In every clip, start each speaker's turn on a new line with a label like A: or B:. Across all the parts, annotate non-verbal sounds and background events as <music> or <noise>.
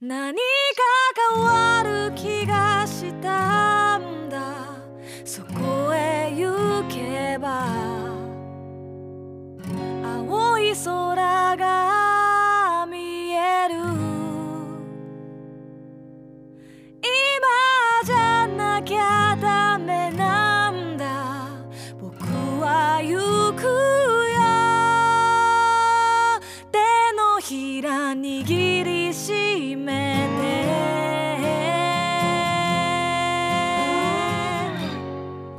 A: 何か変わる気がしたんだそこへ行けば青い空が見える今じゃなきゃダメなんだ僕は行くよ手のひら握りしめ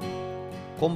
A: て
B: こん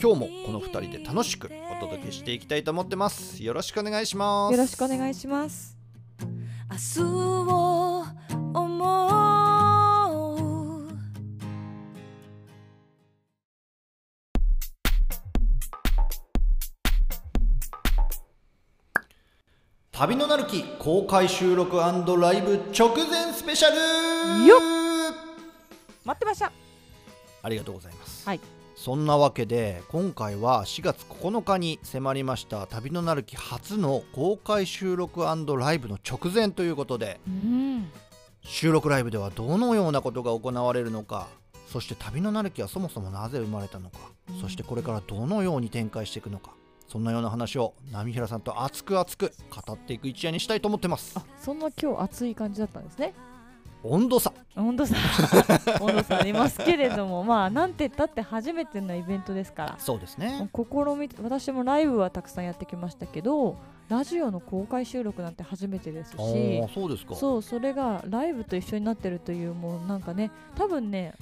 B: 今日もこの2人で楽しくお届けしていきたいと思ってますよろしくお願いします
C: よろしくお願いします。
A: 明日を思う
B: 旅のなる木公開収録ライブ直前スペシャル
C: よ待ってました。
B: ありがとうございます、
C: はい
B: そんなわけで今回は4月9日に迫りました旅のなる木初の公開収録ライブの直前ということで
C: うん。
B: 収録ライブではどのようなことが行われるのかそして旅のなる木はそもそもなぜ生まれたのか、
C: うん
B: そしてこれからどのように展開していくのかそんなような話を波平さんと熱く熱く語っていく一夜にしたいと思ってます
C: あ、そんな今日暑い感じだったん <laughs> ですね。
B: 温度差
C: 温 <laughs> 度差温度差ありますけれども、まあなんて言ったって初めてのイベントですから。
B: そうですね
C: 試み私もライブはたくさんやってきましたけど、ラジオの公開収録なんて初めてです
B: ああ
C: し。
B: ーそうですか
C: そうそれがライブと一緒になってるというもうなんかね多分ね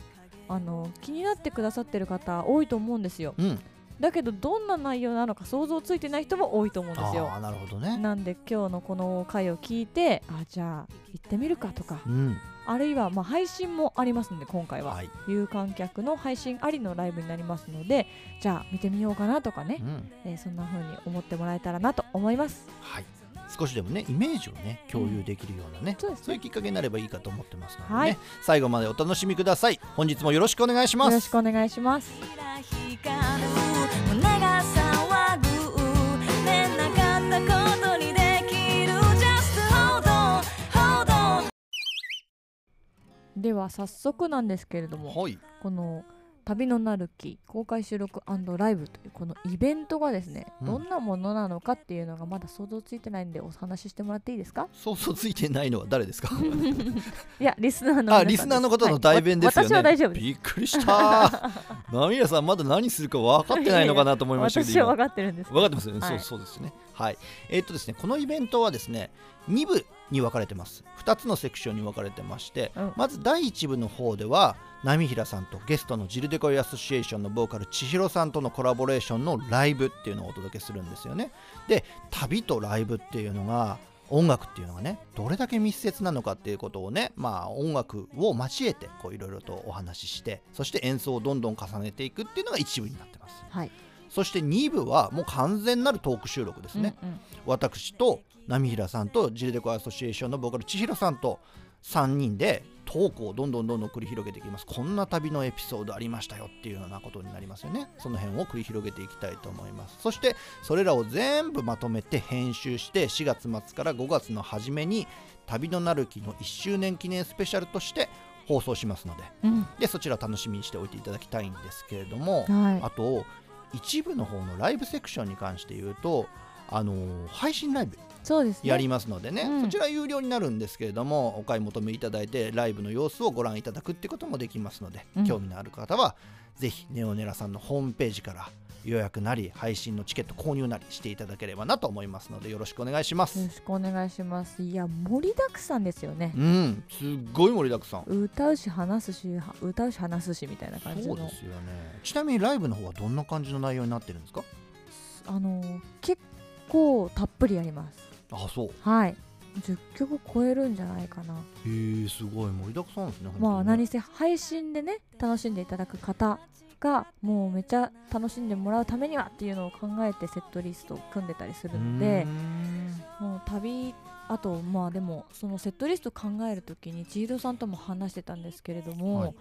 C: あの気になってくださってる方多いと思うんですよ
B: うん
C: だけどどんな内容なのか想像ついてない人も多いと思うんです
B: あ
C: よ
B: あなるほどね
C: なんで今日のこの回を聞いてあじゃあ行ってみるかとか
B: うん
C: あるいはまあ配信もありますので今回は、
B: はい、
C: 有観客の配信ありのライブになりますのでじゃあ見てみようかなとかね
B: う、ん
C: えーそんな風に思ってもらえたらなと思います
B: はい、少しでもねイメージをね共有できるようなね、
C: そうですね
B: そういうきっかけになればいいかと思ってますのでね、
C: はい
B: 最後までお楽しみください本日もよろしくお願いし
C: よ
B: ます
C: ろしくお願いします
A: 光る胸が騒ぐねなかったことにできる Just hold on hold on
C: では早速なんですけれども
B: はい
C: この「旅のなる木」公開収録ライブというこのイベントがですね、
B: うん
C: どんなものなのかっていうのがまだ想像ついてないんでお話ししてもらっていいですか
B: 想像ついてないのは誰です
C: <laughs>
B: か
C: いやリスナーの皆さ
B: あ
C: ん
B: リ
C: です
B: スナーの方の代弁ですよね、
C: はいわ私は大丈夫です
B: びっくりしたナミラさんまだ何するか分かってないのかなと思いましたけど
C: 私は
B: 今
C: 分かってるんですけど
B: 分かってますよね、
C: はい
B: そうそうですねはいえーっとですねこのイベントはですね2部に分かれてます2つのセクションに分かれてまして、
C: うん
B: まず第1部の方では波平さんとゲストのジルデコイアソシエーションのボーカル千尋さんとのコラボレーションのライブっていうのをお届けするんですよねで旅とライブっていうのが音楽っていうのがねどれだけ密接なのかっていうことをねまあ音楽を交えてこういろいろとお話ししてそして演奏をどんどん重ねていくっていうのが1部になってます
C: はい
B: そして2部はもう完全なるトーク収録ですね、
C: うんうん
B: 私と波平さんとジルデコアソシエーションのボーカル千尋さんと3人でトークをどんどんどんどん繰り広げていきますこんな旅のエピソードありましたよっていうようなことになりますよねその辺を繰り広げていきたいと思いますそしてそれらを全部まとめて編集して4月末から5月の初めに旅のなる木の1周年記念スペシャルとして放送しますのででそちら楽しみにしておいていただきたいんですけれども、
C: うんはい
B: あと一部の方のライブセクションに関して言うと、あのー配信ライブ
C: そうですね
B: やりますのでね
C: うん
B: そちら有料になるんですけれどもお買い求めいただいてライブの様子をご覧いただくってこともできますので、
C: うん
B: 興味のある方はぜひネオネラさんのホームページから予約なり配信のチケット購入なりしていただければなと思いますのでよろしくお願いします。
C: よろしくお願いしますいや盛りだくさんですよね
B: う、ん、すっごい盛りだくさん。
C: 歌うし話すしは歌うし話すしみたいな感じ
B: そうで
C: の
B: すよね。ちなみにライブの方はどんな感じの内容になってるんですか？
C: あの結構たっぷりやります
B: あ、そう。
C: はい10曲超えるんじゃないかな
B: へえすごい盛りだくさんですね
C: まあ
B: 本当に
C: 何
B: ね
C: せ配信でね楽しんでいただく方がもうめっちゃ楽しんでもらうためにはっていうのを考えてセットリストを組んでたりするので
B: うーん
C: もう旅あとまあでもそのセットリスト考える時に千尋さんとも話してたんですけれども、
B: はい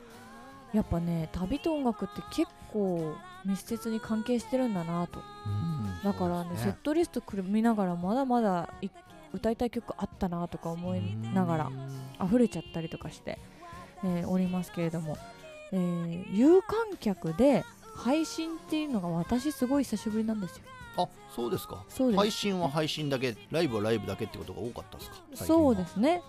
C: やっぱね旅と音楽って結構密接に関係してるんだなと
B: うん
C: だからね
B: そうです
C: セットリストくる見ながらまだまだい歌いたい曲あったなとか思いながら溢れちゃったりとかして、えーおりますけれども、えー有観客で配信っていうのが私すごい久しぶりなんですよ。
B: あそうですか
C: そうです、
B: 配信は配信だけライブはライブだけってことが多かったですか
C: そうですね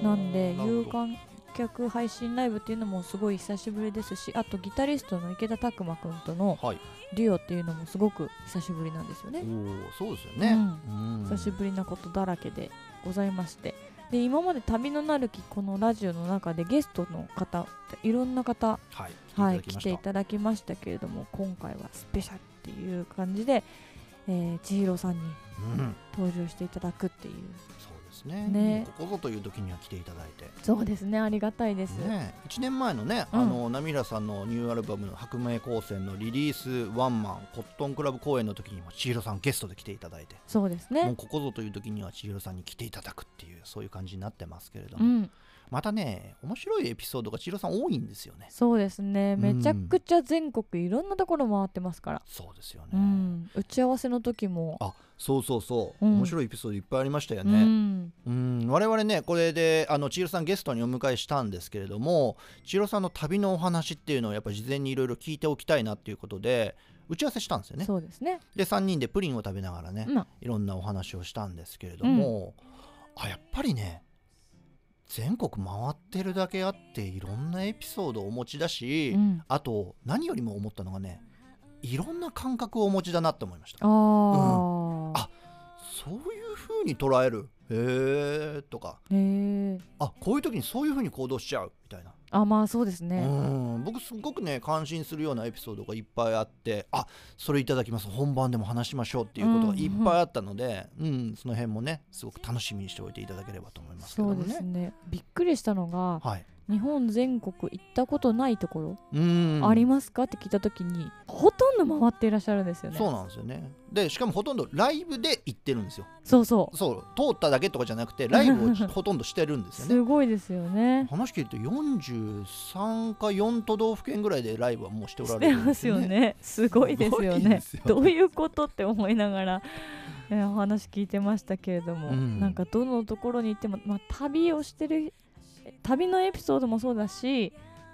B: す
C: なんで有
B: 感
C: 観客配信ライブっていうのもすごい久しぶりですしあとギタリストの池田拓磨くんとの
B: はい
C: デュオっていうのもすごく久しぶりなんですよ
B: お
C: ね。
B: ーそうですよね、うん
C: 久しぶりなことだらけでございましてで今まで「旅のなるき」このラジオの中でゲストの方いろんな方、
B: はい
C: はい、
B: 来ていただき
C: 来
B: まして
C: いただきましたけれども今回はスペシャルっていう感じで、えー、千尋さんに
B: たうん
C: 登場していただくっていう
B: そうですね
C: ね
B: ここぞという時には来ていただいて
C: そうですねありがたいです、
B: ね、1年前のね、
C: うん
B: あのナミラさんのニューアルバムの「白明光線」のリリースワンマンコットンクラブ公演の時にも千尋さんゲストで来ていただいて
C: そうです
B: も
C: ね
B: うここぞという時には千尋さんに来ていただくっていうそういう感じになってますけれど
C: う
B: も、
C: ん
B: またね面白いエピソードが千尋さん多いんですよね
C: そうですね
B: うん
C: めちゃくちゃ全国いろんなところ回ってますから、
B: そうですよね、
C: うん、打ち合わせの時も
B: あそうそうそう、
C: うん
B: 面白いエピソードいっぱいありましたよ
C: う
B: ね、
C: ん、
B: うん、我々ねこれであの千尋さんゲストにお迎えしたんですけれども千尋さんの旅のお話っていうのをやっぱ事前にいろいろ聞いておきたいなっていうことで打ち合わせしたんですよね
C: そうですね
B: で3人でプリンを食べながらね、
C: うん
B: いろんなお話をしたんですけれども、あやっぱりね全国回ってるだけあっていろんなエピソードをお持ちだし、
C: うん、
B: あと何よりも思ったのがねいろんな感覚をお持ちだなって思いました
C: あー
B: あそういう風に捉えるへえとか
C: へえ
B: あこういう時にそういう風に行動しちゃうみたいな、
C: あまあそうですね、
B: うん僕すごくね感心するようなエピソードがいっぱいあってあそれいただきます本番でも話しましょうっていうことがいっぱいあったので、うんその辺もねすごく楽しみにしておいていただければと思いますけど
C: そう
B: も
C: で
B: ね
C: す。ねびっくりしたのが
B: はい、
C: 日本全国行ったことないとこ
B: うん
C: ろありますかって聞いた時にほとんど回っていらっしゃるんですよね
B: そうなんですよねでしかもほとんどライブで行ってるんですよ
C: そうそう
B: そう通っただけとかじゃなくてライブを
C: <laughs>
B: ほとんどしてるんですよね
C: すごいですよね
B: 話聞いてると43か4都道府県ぐらいでライブはもうしておら
C: し
B: れ
C: て
B: るん
C: ますよねすごいです
B: す
C: よ
B: ごいで
C: ね
B: すよね
C: どういうことって思いながらえーお話聞いてましたけれども、
B: うん
C: なんかどのところに行っても、まあ、旅をしてる旅のエピソードもそうだし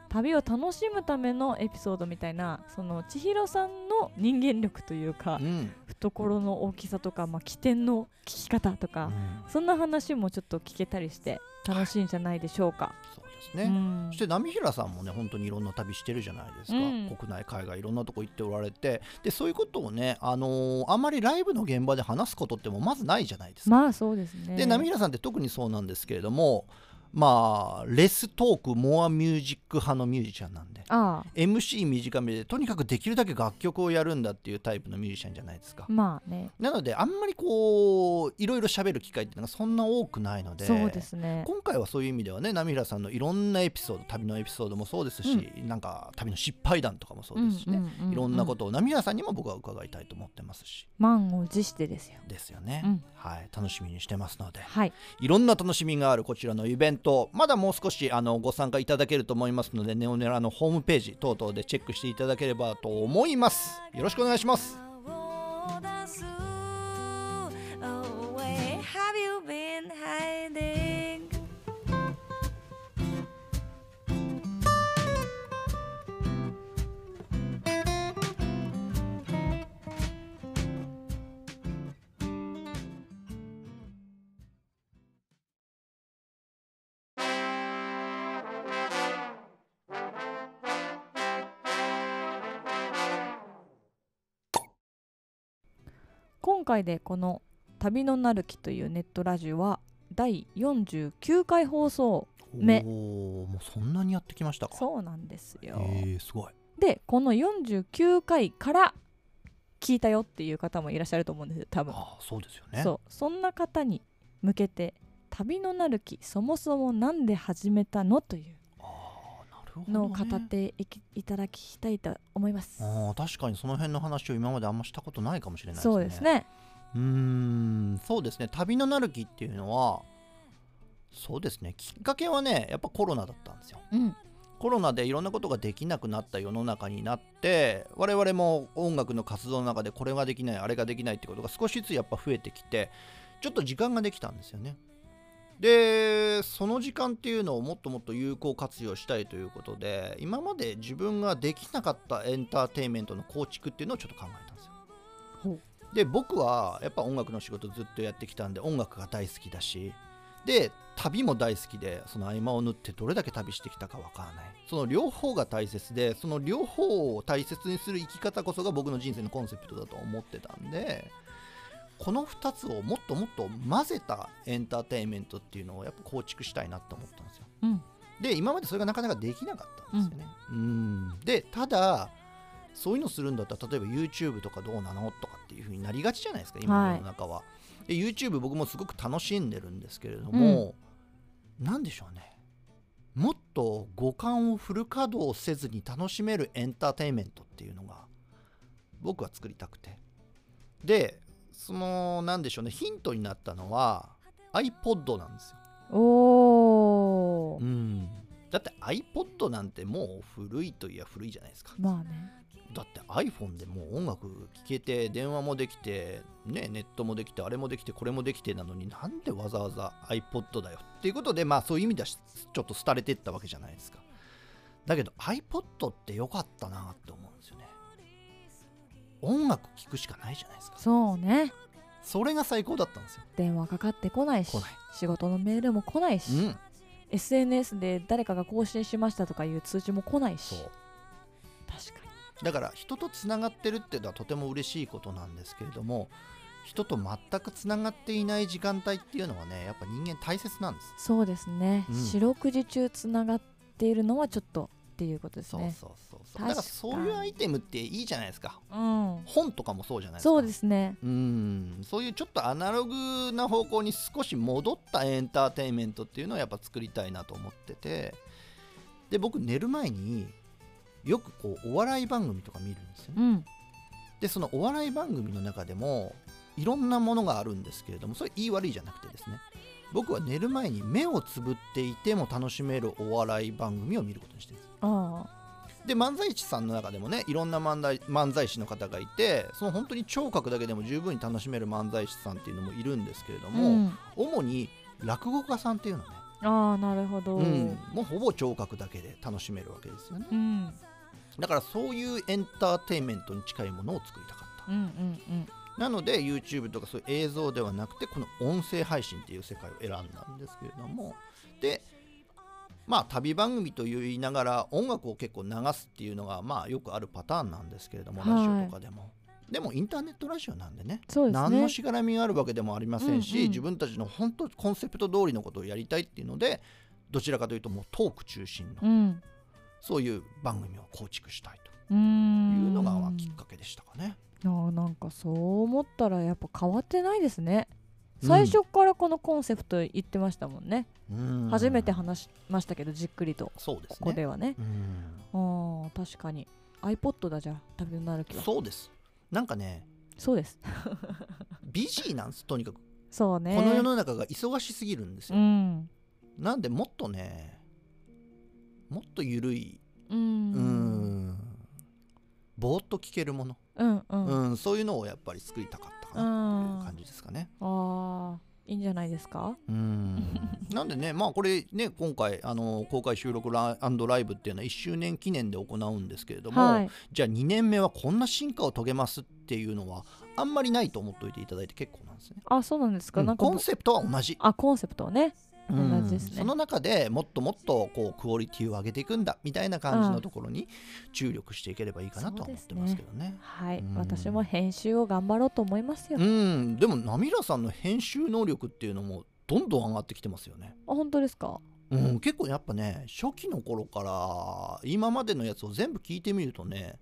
C: 旅を楽しむためのエピソードみたいなその千尋さんの人間力というか、
B: うん、
C: 懐の大きさとか、まあ、起点の聞き方と
B: う
C: か、
B: ん
C: そんな話もちょっと聞けたりして楽しいんじゃないでしょうか。
B: そうですね、
C: うん
B: そして波平さんもね本当にいろんな旅してるじゃないですか、
C: うん
B: 国内海外いろんなとこ行っておられてでそういうことをね、あのーあんまりライブの現場で話すことってもうまずないじゃないですか、
C: まあそうですね。
B: で波平さんって特にそうなんですけれどもまあレストークモアミュージック派のミュージシャンなんで
C: あ
B: MC 短めでとにかくできるだけ楽曲をやるんだっていうタイプのミュージシャンじゃないですか
C: あ、まあね。
B: なのであんまりこういろいろ喋る機会っていうのがそんな多くないので
C: そうですね。
B: 今回はそういう意味ではね波平さんのいろんなエピソード旅のエピソードもそうですし、なんか旅の失敗談とかもそうですしね、
C: うんうんうんうん
B: いろんなことを波平さんにも僕は伺いたいと思ってますし
C: 満を持してですよ。
B: ですよね、
C: うん
B: はい楽しみにしてますので
C: はい。
B: いろんな楽しみがあるこちらのイベントまだもう少しあのご参加いただけると思いますのでネオネラのホームページ等々でチェックしていただければと思いますよろしくお願いします
A: 顔を出す Oh, where have you been hiding?
C: 今回でこの「旅のなるき」というネットラジオは第49回放送ね
B: おーもうそんなにやってきましたか
C: そうなんですよ。
B: えー、すごい
C: でこの49回から聞いたよっていう方もいらっしゃると思うんですよ多分。
B: ああそうですよね
C: そうそんな方に向けて旅のなる木そもそもなんで始めたのという
B: あーなるほどね
C: のを語っていきいただきたいと思います。
B: あー確かにその辺の話を今まであんましたことないかもしれないですね。
C: そうですね。
B: うーんそうですね旅のなる木っていうのはそうですねきっかけはねやっぱコロナだったんですよ。
C: うん、
B: コロナでいろんなことができなくなった世の中になって我々も音楽の活動の中でこれができないあれができないってことが少しずつやっぱ増えてきてちょっと時間ができたんですよね。でその時間っていうのをもっともっと有効活用したいということで今まで自分ができなかったエンターテインメントの構築っていうのをちょっと考えたんですよ
C: ほう。
B: で僕はやっぱ音楽の仕事ずっとやってきたんで音楽が大好きだしで旅も大好きでその合間を縫ってどれだけ旅してきたかわからないその両方が大切でその両方を大切にする生き方こそが僕の人生のコンセプトだと思ってたんでこの2つをもっともっと混ぜたエンターテインメントっていうのをやっぱ構築したいなと思ったんですよ
C: うん、
B: で今までそれがなかなかできなかったんですよね、うんでただそういうのするんだったら例えば YouTube とかどうなのとかっていう風になりがちじゃないですか今の世の中は、で YouTube 僕もすごく楽しんでるんですけれども、なんでしょうねもっと五感をフル稼働せずに楽しめるエンターテインメントっていうのが僕は作りたくてでそのなんでしょうねヒントになったのは iPod なんですよ
C: おお、
B: うん、だって iPod なんてもう古いといや古いじゃないですか
C: まあね。
B: だって iPhone でもう音楽聴けて電話もできて、ね、ネットもできてあれもできてこれもできてなのになんでわざわざ iPod だよっていうことでまあそういう意味ではしちょっと廃れてったわけじゃないですかだけど iPod って良かったなって思うんですよね音楽聴くしかないじゃないですか
C: そうね。
B: それが最高だったんですよ、
C: 電話かかってこないし
B: 来ない
C: 仕事のメールも来ないし、
B: うん、
C: SNS で誰かが更新しましたとかいう通知も来ないし
B: そう
C: 確か
B: だから人とつながってるっていうのはとても嬉しいことなんですけれども人と全くつながっていない時間帯っていうのはねやっぱ人間大切なんです。
C: にそうですね、
B: うん
C: 四六時中つながっているのはちょっとっていうことです
B: そう
C: ね
B: そうそうそう
C: 確かに
B: だからそういうアイテムっていいじゃないですか
C: うん
B: 本とかもそうじゃないですか
C: そうですね
B: うんそういうちょっとアナログな方向に少し戻ったエンターテインメントっていうのをやっぱ作りたいなと思っててで僕寝る前によくこうお笑い番組とか見るんですよね
C: うん
B: でそのお笑い番組の中でもいろんなものがあるんですけれどもそれ言い悪いじゃなくてですね僕は寝る前に目をつぶっていても楽しめるお笑い番組を見ることにしてるんです
C: あ
B: で漫才師さんの中でもねいろんな漫才漫才師の方がいてその本当に聴覚だけでも十分に楽しめる漫才師さんっていうのもいるんですけれど
C: あ
B: も、
C: うん、
B: 主に落語家さんっていうのはね、
C: ああなるほど
B: うんもうほぼ聴覚だけで楽しめるわけですよね
C: うんうん
B: だからそういうエンターテインメントに近いものを作りたかった
C: うんうん
B: なので YouTube とかそういう映像ではなくてこの音声配信っていう世界を選んだんですけれどもでまあ旅番組と言いながら音楽を結構流すっていうのがまあよくあるパターンなんですけれども
C: はい
B: ラジオとかでも、でもインターネットラジオなんでね
C: そうです
B: 何
C: ね
B: のしがらみがあるわけでもありませんし、
C: うんうん
B: 自分たちの本当コンセプト通りのことをやりたいっていうのでどちらかというともうトーク中心の、
C: うん
B: そういう番組を構築したいと
C: う
B: い
C: ん
B: うのがまあきっかけでしたかね。
C: あーなんかそう思ったらやっぱ変わってないですね
B: うん
C: 最初からこのコンセプト言ってましたもんね、
B: うん
C: 初めて話しましたけどじっくりと
B: そうで
C: こ
B: すね
C: こではね
B: うん
C: ああ確かに iPod だじゃあ旅のなる気は
B: そうですなんかね
C: そうです <laughs>
B: ビジーなんですとにかく、
C: そうね
B: この世の中が忙しすぎるんです
C: う
B: よ、
C: ん
B: なんでもっとねもっとゆるい
C: うん
B: うーんぼーっと聞けるもの、
C: うんう
B: うん
C: あ
B: んそういうのをやっぱり作りたかったかなっていう感じですかね
C: あーいいんじゃないですか
B: うんなんでねまあこれね今回あの公開収録ラライブっていうのは1周年記念で行うんですけれども、
C: はい
B: じゃあ2年目はこんな進化を遂げますっていうのはあんまりないと思っておいていただいて結構なんですね、
C: あそうなんですか、
B: うん
C: なんか
B: コンセプトは同じ
C: あコンセプトはね
B: うん
C: 同じですね
B: その中でもっともっとこうクオリティを上げていくんだみたいな感じのところに注力していければいいかなとは思ってますけどね。
C: はい、
B: うん
C: 私も編集を頑張ろうと思いますよ、
B: う
C: あ
B: んでもナミラさんの編集能力っていうのもどんどん上がってきてますよね。
C: 本当ですか
B: うん、結構やっぱね初期の頃から今までのやつを全部聞いてみるとねやっ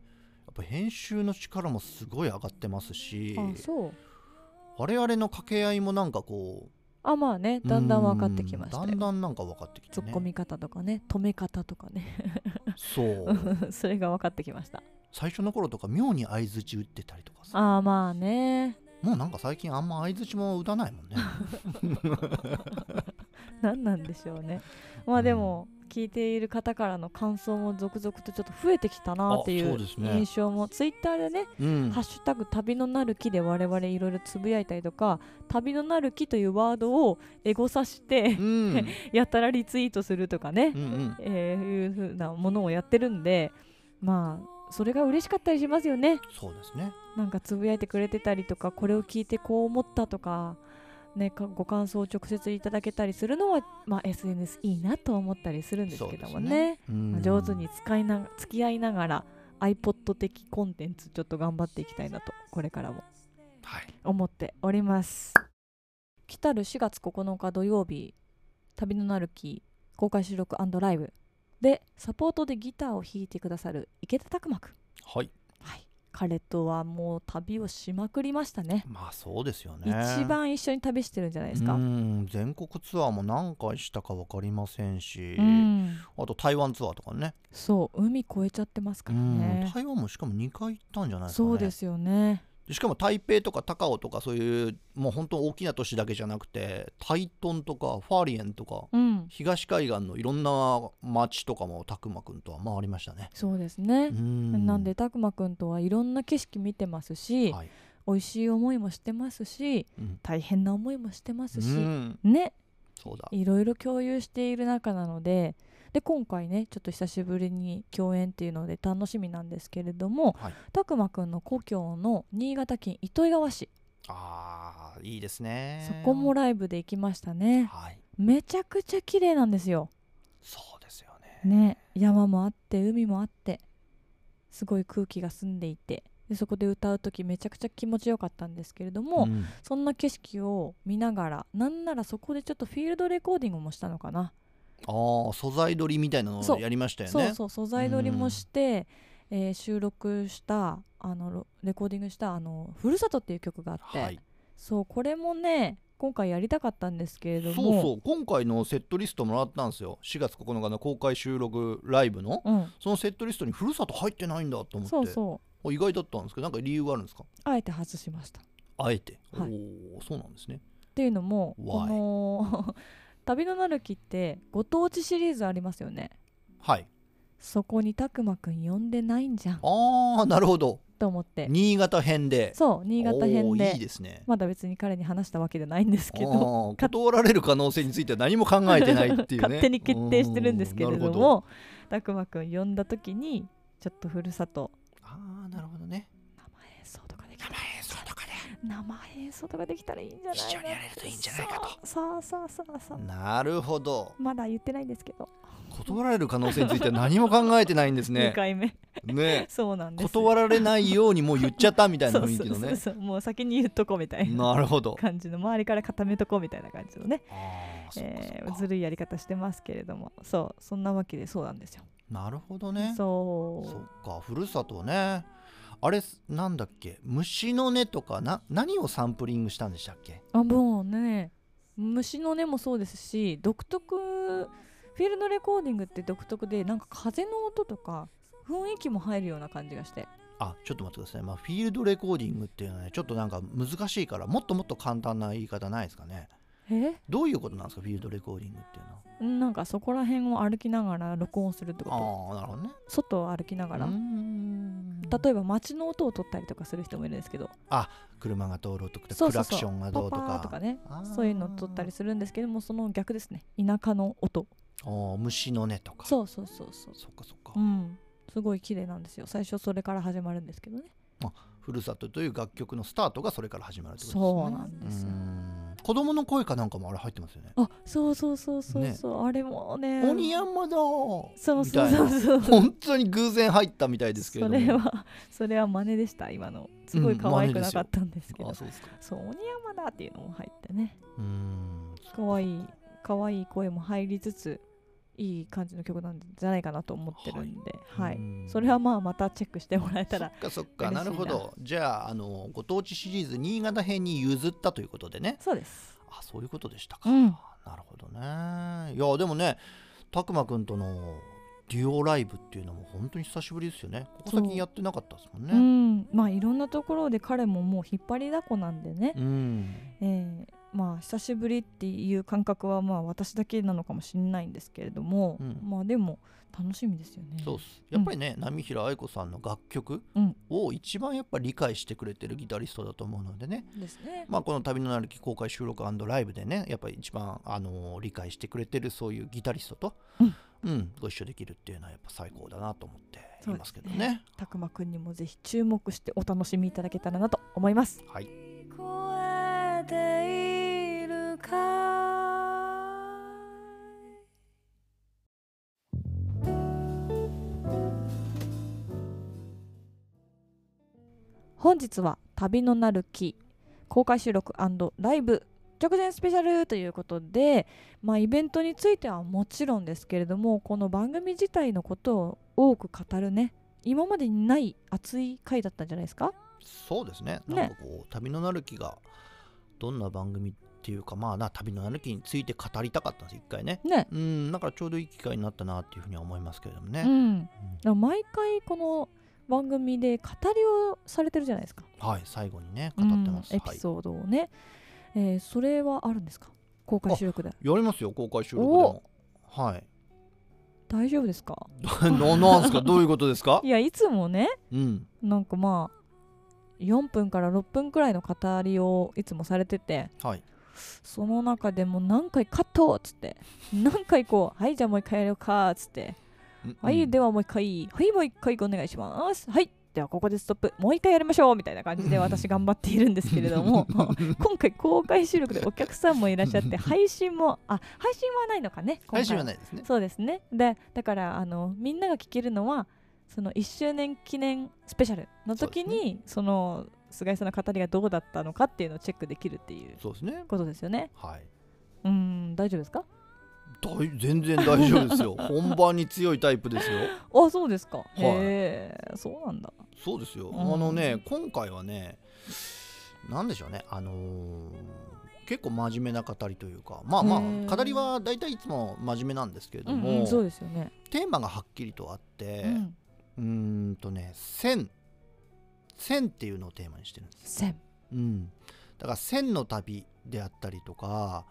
B: ぱ編集の力もすごい上がってますし
C: あそう
B: 我々の掛け合いもなんかこう
C: あまあねだんだん分かってきました
B: うん
C: よ
B: だんだんなんか分かってき
C: ツ
B: て
C: ッコ
B: ね
C: ミ方とかね止め方とかね <laughs>
B: そう
C: それが分かってきました
B: 最初の頃とか妙に相づち打ってたりとかさ
C: ああまあね
B: もうなんか最近あんま相づちも打たないもん
C: <laughs>
B: ね
C: 何なんでしょうねまあでも聞いている方からの感想も続々とちょっと増えてきたなってい
B: あそう
C: う
B: ですね
C: 印象もツイッターでね
B: うん
C: ハッシュタグ旅のなる木で我々いろいろつぶやいたりとか旅のなる木というワードをエゴさして
B: うん
C: <laughs> やたらリツイートするとかね
B: うんうん
C: えーいうふうなものをやってるんでまあそれが嬉しかったりしますよね
B: そうですね
C: なんかつぶやいてくれてたりとかこれを聞いてこう思ったとか,、ね、かご感想を直接いただけたりするのは、まあ、SNS いいなと思ったりするんですけどもね
B: うん
C: まあ上手に使いな付き合いながら iPod 的コンテンツちょっと頑張っていきたいなとこれからも
B: はい
C: 思っております来たる4月9日土曜日旅のなる木公開収録ライブでサポートでギターを弾いてくださる池田拓磨くん
B: はい
C: はい彼とはもう旅をしまくりましたね
B: まあそうですよね
C: 一番一緒に旅してるんじゃないですか
B: う。ん全国ツアーも何回したか分かりませんし、
C: うん
B: あと台湾ツアーとかね
C: そう海越えちゃってますから
B: うん
C: ね。
B: 台湾もしかも2回行ったんじゃないですかね
C: そうですよね。
B: でしかも台北とか高雄とかそういうもう本当大きな都市だけじゃなくて台東とかファーリエンとか
C: うん、
B: 東海岸のいろんな町とかも拓磨くんとは回りましたね。
C: そうですね。
B: うん
C: なんで拓磨くんとはいろんな景色見てますし、
B: はい
C: 美味しい思いもしてますし、
B: うん
C: 大変な思いもしてます
B: う
C: し、
B: ん
C: ね、
B: そうだ
C: いろいろ共有している中なので。で今回ねちょっと久しぶりに共演っていうので楽しみなんですけれども
B: はい
C: 拓磨くんの故郷の新潟県糸魚川市
B: あーいいですね
C: そこもライブで行きましたね
B: はい
C: めちゃくちゃ綺麗なんですよ
B: そうですよね
C: ね山もあって海もあってすごい空気が澄んでいてでそこで歌う時めちゃくちゃ気持ちよかったんですけれども、
B: うん
C: そんな景色を見ながらなんならそこでちょっとフィールドレコーディングもしたのかな、
B: ああ素材撮りみたいなの
C: そ
B: を
C: う
B: やりましたよね
C: そうそう素材撮りもして、えー収録したあのロレコーディングしたあの「ふるさと」っていう曲があって、
B: はい、
C: そうこれもね今回やりたかったんですけれ
B: そ
C: ど
B: う
C: も
B: そう今回のセットリストもらったんですよ4月9日の公開収録ライブの
C: うん、
B: そのセットリストにふるさと入ってないんだと思って
C: そうそう
B: あ意外だったんですけどなんか理由があるんですか
C: あえて外しました。っ
B: あえて、
C: はい
B: おおそうなんですね
C: ていうのも
B: Why？
C: この <laughs> 「旅のなる木」ってご当地シリーズありますよね。
B: はい
C: そこにたくまくん呼んでないんじゃん
B: ああなるほど
C: と思って
B: 新潟編で
C: そう新潟編
B: おー
C: で
B: いいですね、
C: まだ別に彼に話したわけじゃないんです
B: あ
C: けど
B: ー断られる可能性については何も考えてないっていうね
C: <laughs> 勝手に決定してるんですけ
B: う
C: れど
B: んなるほ
C: もたくまくん呼んだ時にちょっとふるさと
B: ああなるほどね
C: 演奏とかできた
B: 生演奏とかで
C: 生演奏とかできたらいいんじゃない
B: 一緒にやれるといいんじゃないかと
C: さあさあさあさあ、
B: なるほど
C: まだ言ってないんですけど、
B: 断られる可能性については何も考えてないんです
C: 二2
B: ね
C: 回目
B: ね
C: そうなんです
B: 断られないようにもう言っちゃったみたいな
C: そう
B: 雰囲
C: <laughs> そ
B: 気
C: う
B: の
C: そう
B: ね
C: そうもう先に言っとこうみたいな
B: なるほ
C: <laughs>
B: ど
C: 感じの周りから固めとこうみたいな感じのね、
B: あーそっかそっ
C: え
B: か
C: ーずるいやり方してますけれどもそうそんなわけでそうなんですよ、
B: なるほどね
C: そう
B: そっかふるさとねあれなんだっけ虫の音とかな何をサンプリングしたんでしたっけ
C: あもうね虫の音もそうですし独特フィールドレコーディングって独特でなんか風の音とか雰囲気も入るような感じがして
B: あちょっと待ってください、まあ、フィールドレコーディングっていうのはねちょっとなんか難しいからもっともっと簡単な言い方ないですかね
C: え
B: どういうことなんですかフィールドレコーディングっていうの
C: なんかそこら辺を歩きながら録音するってこと
B: はああなるほどね
C: 外を歩きながら
B: うーん
C: 例えば街の音を取ったりとかする人もいるんですけど
B: 車が通ろうとか
C: そう
B: ク
C: そう
B: ラ
C: そ
B: ク
C: う
B: ションがどうと
C: パパー
B: か
C: とかね
B: あー
C: そういうのを取ったりするんですけどもその逆ですね田舎の音
B: あー虫の音とか
C: そうそうそうそう
B: そっかそっか、
C: うんすごい綺麗なんですよ最初それから始まるんですけどね
B: ふるさとという楽曲のスタートがそれから始まるってことですね
C: そうなんですよ
B: うーん子供の声かなんかもあれ入ってますよね
C: あそうそうそうそうそう、あれもね
B: 鬼山だ
C: そう
B: み
C: そ
B: た
C: う
B: いな
C: そうそう
B: 本当に偶然入ったみたいですけれ
C: そ
B: ども
C: れはそれは真似でした今のすごい可愛くなかったんですけど、
B: あそうですか
C: そう鬼山だっていうのも入ってね
B: うーん
C: 可愛い可愛い声も入りつついい感じの曲なんじゃないかなと思ってるんではい、
B: うん
C: それはまあまたチェックしてもらえたら
B: そっかそっか
C: 嬉しい
B: な
C: な
B: るほどじゃああのご当地シリーズ新潟編に譲ったということでね
C: そうです
B: あそういうことでしたか、
C: うん
B: なるほどねいやでもねたくまくんとのデュオライブっていうのも本当に久しぶりですよねここ最
C: そ
B: 近
C: う
B: やってなかったですもん
C: う
B: ね
C: んまあいろんなところで彼ももう引っ張りだこなんでね、
B: うん
C: えーまあ久しぶりっていう感覚はまあ私だけなのかもしれないんですけれども、
B: うん
C: まあでも楽しみですよね。
B: そうっすやっぱりね、波平愛子さんの楽曲
C: うん
B: を一番やっぱ理解してくれてるギタリストだと思うのでね、
C: ですね。
B: まあ、この「旅のなるき」公開収録ライブでねやっぱり一番、あのー理解してくれてるそういうギタリストと、
C: うん
B: うんご一緒できるっていうのはやっぱ最高だなと思っていますけど
C: そうです
B: ね。
C: たくまくんにもぜひ注目してお楽しみいただけたらなと思います。
B: はい、
A: 聞こえているか
C: 本日は旅のなる木公開収録ライブ直前スペシャルということで、まあ、イベントについてはもちろんですけれどもこの番組自体のことを多く語るね今までにない熱い回だったんじゃないですか
B: そうですね
C: ね
B: なんかこう「旅のなるき」がどんな番組っていうかまあな旅のなるきについて語りたかったんです一回ね。
C: ね
B: うんだからちょうどいい機会になったなっていうふうには思いますけれども
C: う
B: ね。
C: んだ
B: うん
C: から毎回この番組で語りをされてるじゃないですか
B: はい最後にね語ってます。
C: うんエ
B: は
C: ピ
B: い
C: ソードをね、えーそれはあるんですか公開収録で
B: やりますよ公開収録でも。はい。 <laughs>
C: 大丈夫ですか
B: ななんすかどういうことですか
C: いやいつもね
B: うん。
C: なんかまあ4分から6分くらいの語りをいつもされてて
B: はい。
C: その中でも何回カットっつって何回こう「はいじゃあもう一回やるか」っつって「はい、で
B: は。
C: はもう一回はいもう一回お願いします」はいではここでストップもう一回やりましょうみたいな感じで私頑張っているんですけれど
B: <laughs>
C: も今回公開収録でお客さんもいらっしゃって配信もあ配信はないのかね今回
B: 配信はないですね。
C: そうですねでだからあのみんなが聞けるのはその1周年記念スペシャルの時
B: そうで
C: にそ,、の菅井さんの語りがどうだったのかっていうのをチェックできるっていう
B: そうですね。
C: ことですよね
B: はい。
C: うーん大丈夫ですか
B: 大全然大丈夫ですよ。
C: <laughs>
B: 本番に強いタイプですよ。
C: あそうですか、
B: い
C: へえそうなんだ
B: そうですよ。
C: うん
B: あのね、今回はね、なんでしょうね。あのー結構真面目な語りというか、まあま
C: へー
B: あ語りは大体いつも真面目なんですけれど
C: うん
B: も、
C: うん、そうですよね、
B: テーマがはっきりとあって、
C: うん
B: うーんとね、線線っていうのをテーマにしてるんです。
C: 千
B: うん、だから線の旅であったりとか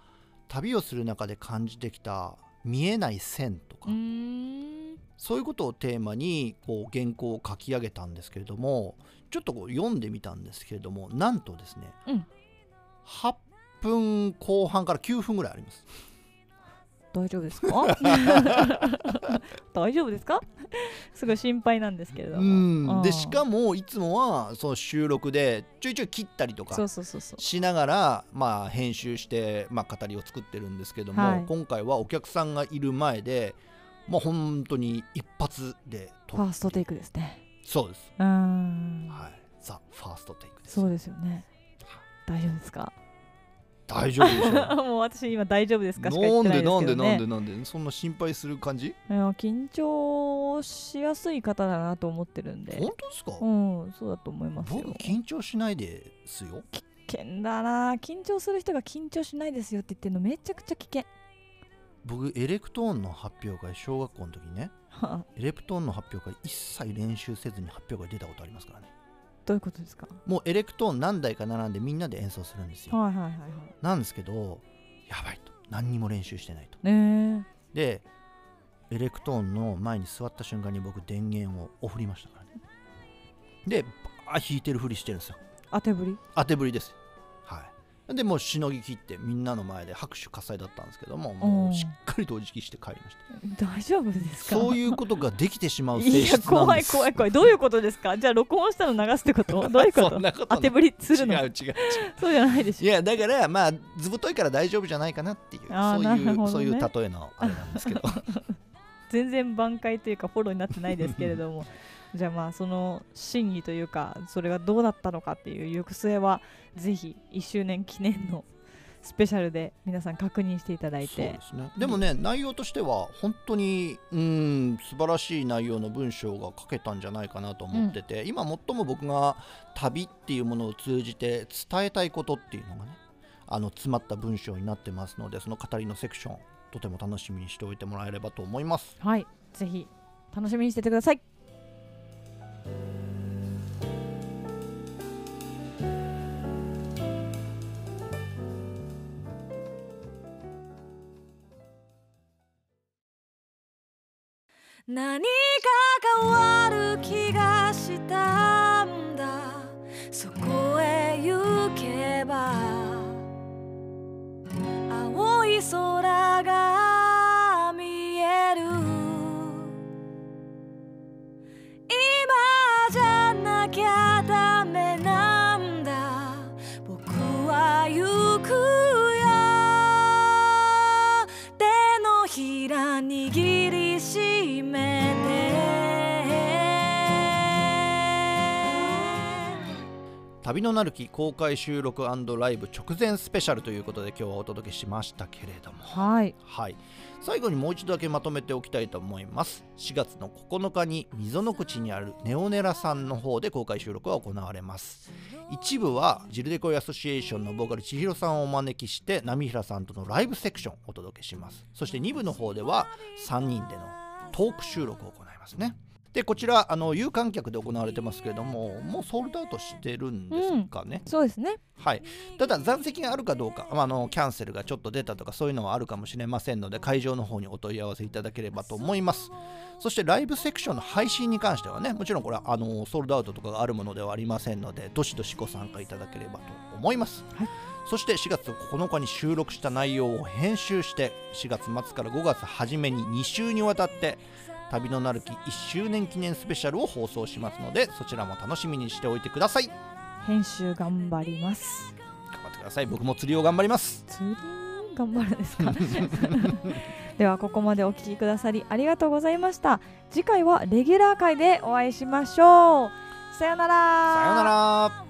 B: 旅をする中で感じてきた見えない線とか、
C: うーん
B: そういうことをテーマにこう原稿を書き上げたんですけれどもちょっとこう読んでみたんですけれどもなんとですね、
C: うん
B: 8分後半から9分ぐらいあります。
C: 大丈夫ですか大丈夫ですかすごい心配なんですけれど
B: う
C: も
B: ん、
C: あー
B: でしかもいつもはその収録でちょいちょい切ったりとか
C: そうそうそうそう
B: しながら、まあ、編集して、まあ、語りを作ってるんですけども、
C: はい
B: 今回はお客さんがいる前で、まあ、本当に一発で
C: ファーストテイ
B: ク
C: クですね
B: そうです、
C: うーん
B: はい、ザ・ファーストテイクです
C: そうですよね。大丈夫ですか。 <laughs>
B: 大丈夫でしょ
C: もう私今大丈夫ですかしか言
B: う
C: って
B: な
C: なんい
B: で
C: です
B: な
C: け
B: んで
C: どね。
B: なんでなんでそんな心配する感じ
C: いや緊張しやすい方だなと思ってるんで。
B: 本当ですか、
C: うん、そうだと思いますよ
B: 僕。緊張しないですよ
C: 危険だな。緊張する人が緊張しないですよって言ってるのめちゃくちゃ危険。
B: 僕エレクトーンの発表会小学校の時にね
C: はあ
B: エレクトーンの発表会一切練習せずに発表会出たことありますからね
C: どういうことですか。
B: もうエレクトーン何台か並んでみんなで演奏するんですよ
C: はいはいはいはい。
B: なんですけどやばいと何にも練習してないと
C: ね
B: でエレクトーンの前に座った瞬間に僕電源をお振りましたからねでバー弾いてるふりしてるんですよ
C: え、当てぶり。
B: 当てぶりですはいでもうしのぎ切ってみんなの前で拍手喝采だったんですけども
C: お
B: も
C: う
B: うしっかりとお辞儀して帰りました
C: 大丈夫です <laughs> か。
B: そう
C: い
B: いうことができてしまう性
C: い
B: 質な
C: や
B: んです
C: 怖い怖い怖いどういうことですかじゃあ録音したの流すってことどういうこ
B: <laughs> そ
C: と
B: んなことない
C: 当てぶりするの
B: 違う違う違う
C: そうじゃないでしょ
B: いやだからまあずぶといから大丈夫じゃないかなっていう
C: あー
B: そう
C: ないるほ
B: う、
C: どね
B: そういう例えのあれなんですけど
C: 全然挽回というかフォローになってないですけれどもじゃあまあその真偽というかそれがどうだったのかっていう行く末はぜひ1周年記念のスペシャルで皆さん確認していただい
B: そう
C: て
B: ですねでもね、内容としては本当にうん素晴らしい内容の文章が書けたんじゃないかなと思ってて、今最も僕が旅っていうものを通じて伝えたいことっていうのがねあの詰まった文章になってますのでその語りのセクションとても楽しみにしておいてもらえればと思います
C: はいぜひ楽しみにしててください
A: 何か変わる気がしたんだそこへ行けば青い空が見える今じゃなきゃダメなんだ僕は行くよ手のひら握りしめて
B: 旅のなる木公開収録ライブ直前スペシャルということで今日はお届けしましたけれども
C: はい
B: はい、最後にもう一度だけまとめておきたいと思います4月の9日に溝の口にあるネオネラさんの方で公開収録が行われます一部はジルデコイアソシエーションのボーカル千尋さんをお招きして波平さんとのライブセクションをお届けしますそして2部の方では3人でのトーク収録を行いますねでこちらあの有観客で行われてますけれどももうソールドアウトしてるんですかね、
C: そうですね
B: はい、ただ残席があるかどうか、まあ、あのキャンセルがちょっと出たとかそういうのはあるかもしれませんので会場の方にお問い合わせいただければと思いますそしてライブセクションの配信に関してはねもちろんこれはあのソールドアウトとかがあるものではありませんのでどしどしご参加いただければと思います、
C: はい
B: そして4月9日に収録した内容を編集して4月末から5月初めに2週にわたって旅のなるき1周年記念スペシャルを放送しますのでそちらも楽しみにしておいてください頑
C: 編集頑張ります
B: 張ってください僕も釣りを頑張ります
C: 釣り頑張るんですか <laughs> ではここまでお聞きくださりありがとうございました次回はレギュラー会でお会いしましょうさよなら
B: さようなら。